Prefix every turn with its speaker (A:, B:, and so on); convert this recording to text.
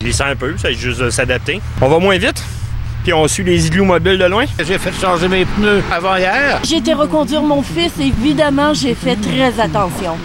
A: glissant un peu, c'est juste de s'adapter. On va moins vite, puis on suit les igloos mobiles de loin.
B: J'ai fait changer mes pneus avant hier.
C: J'ai été reconduire mon fils, évidemment, j'ai fait très attention.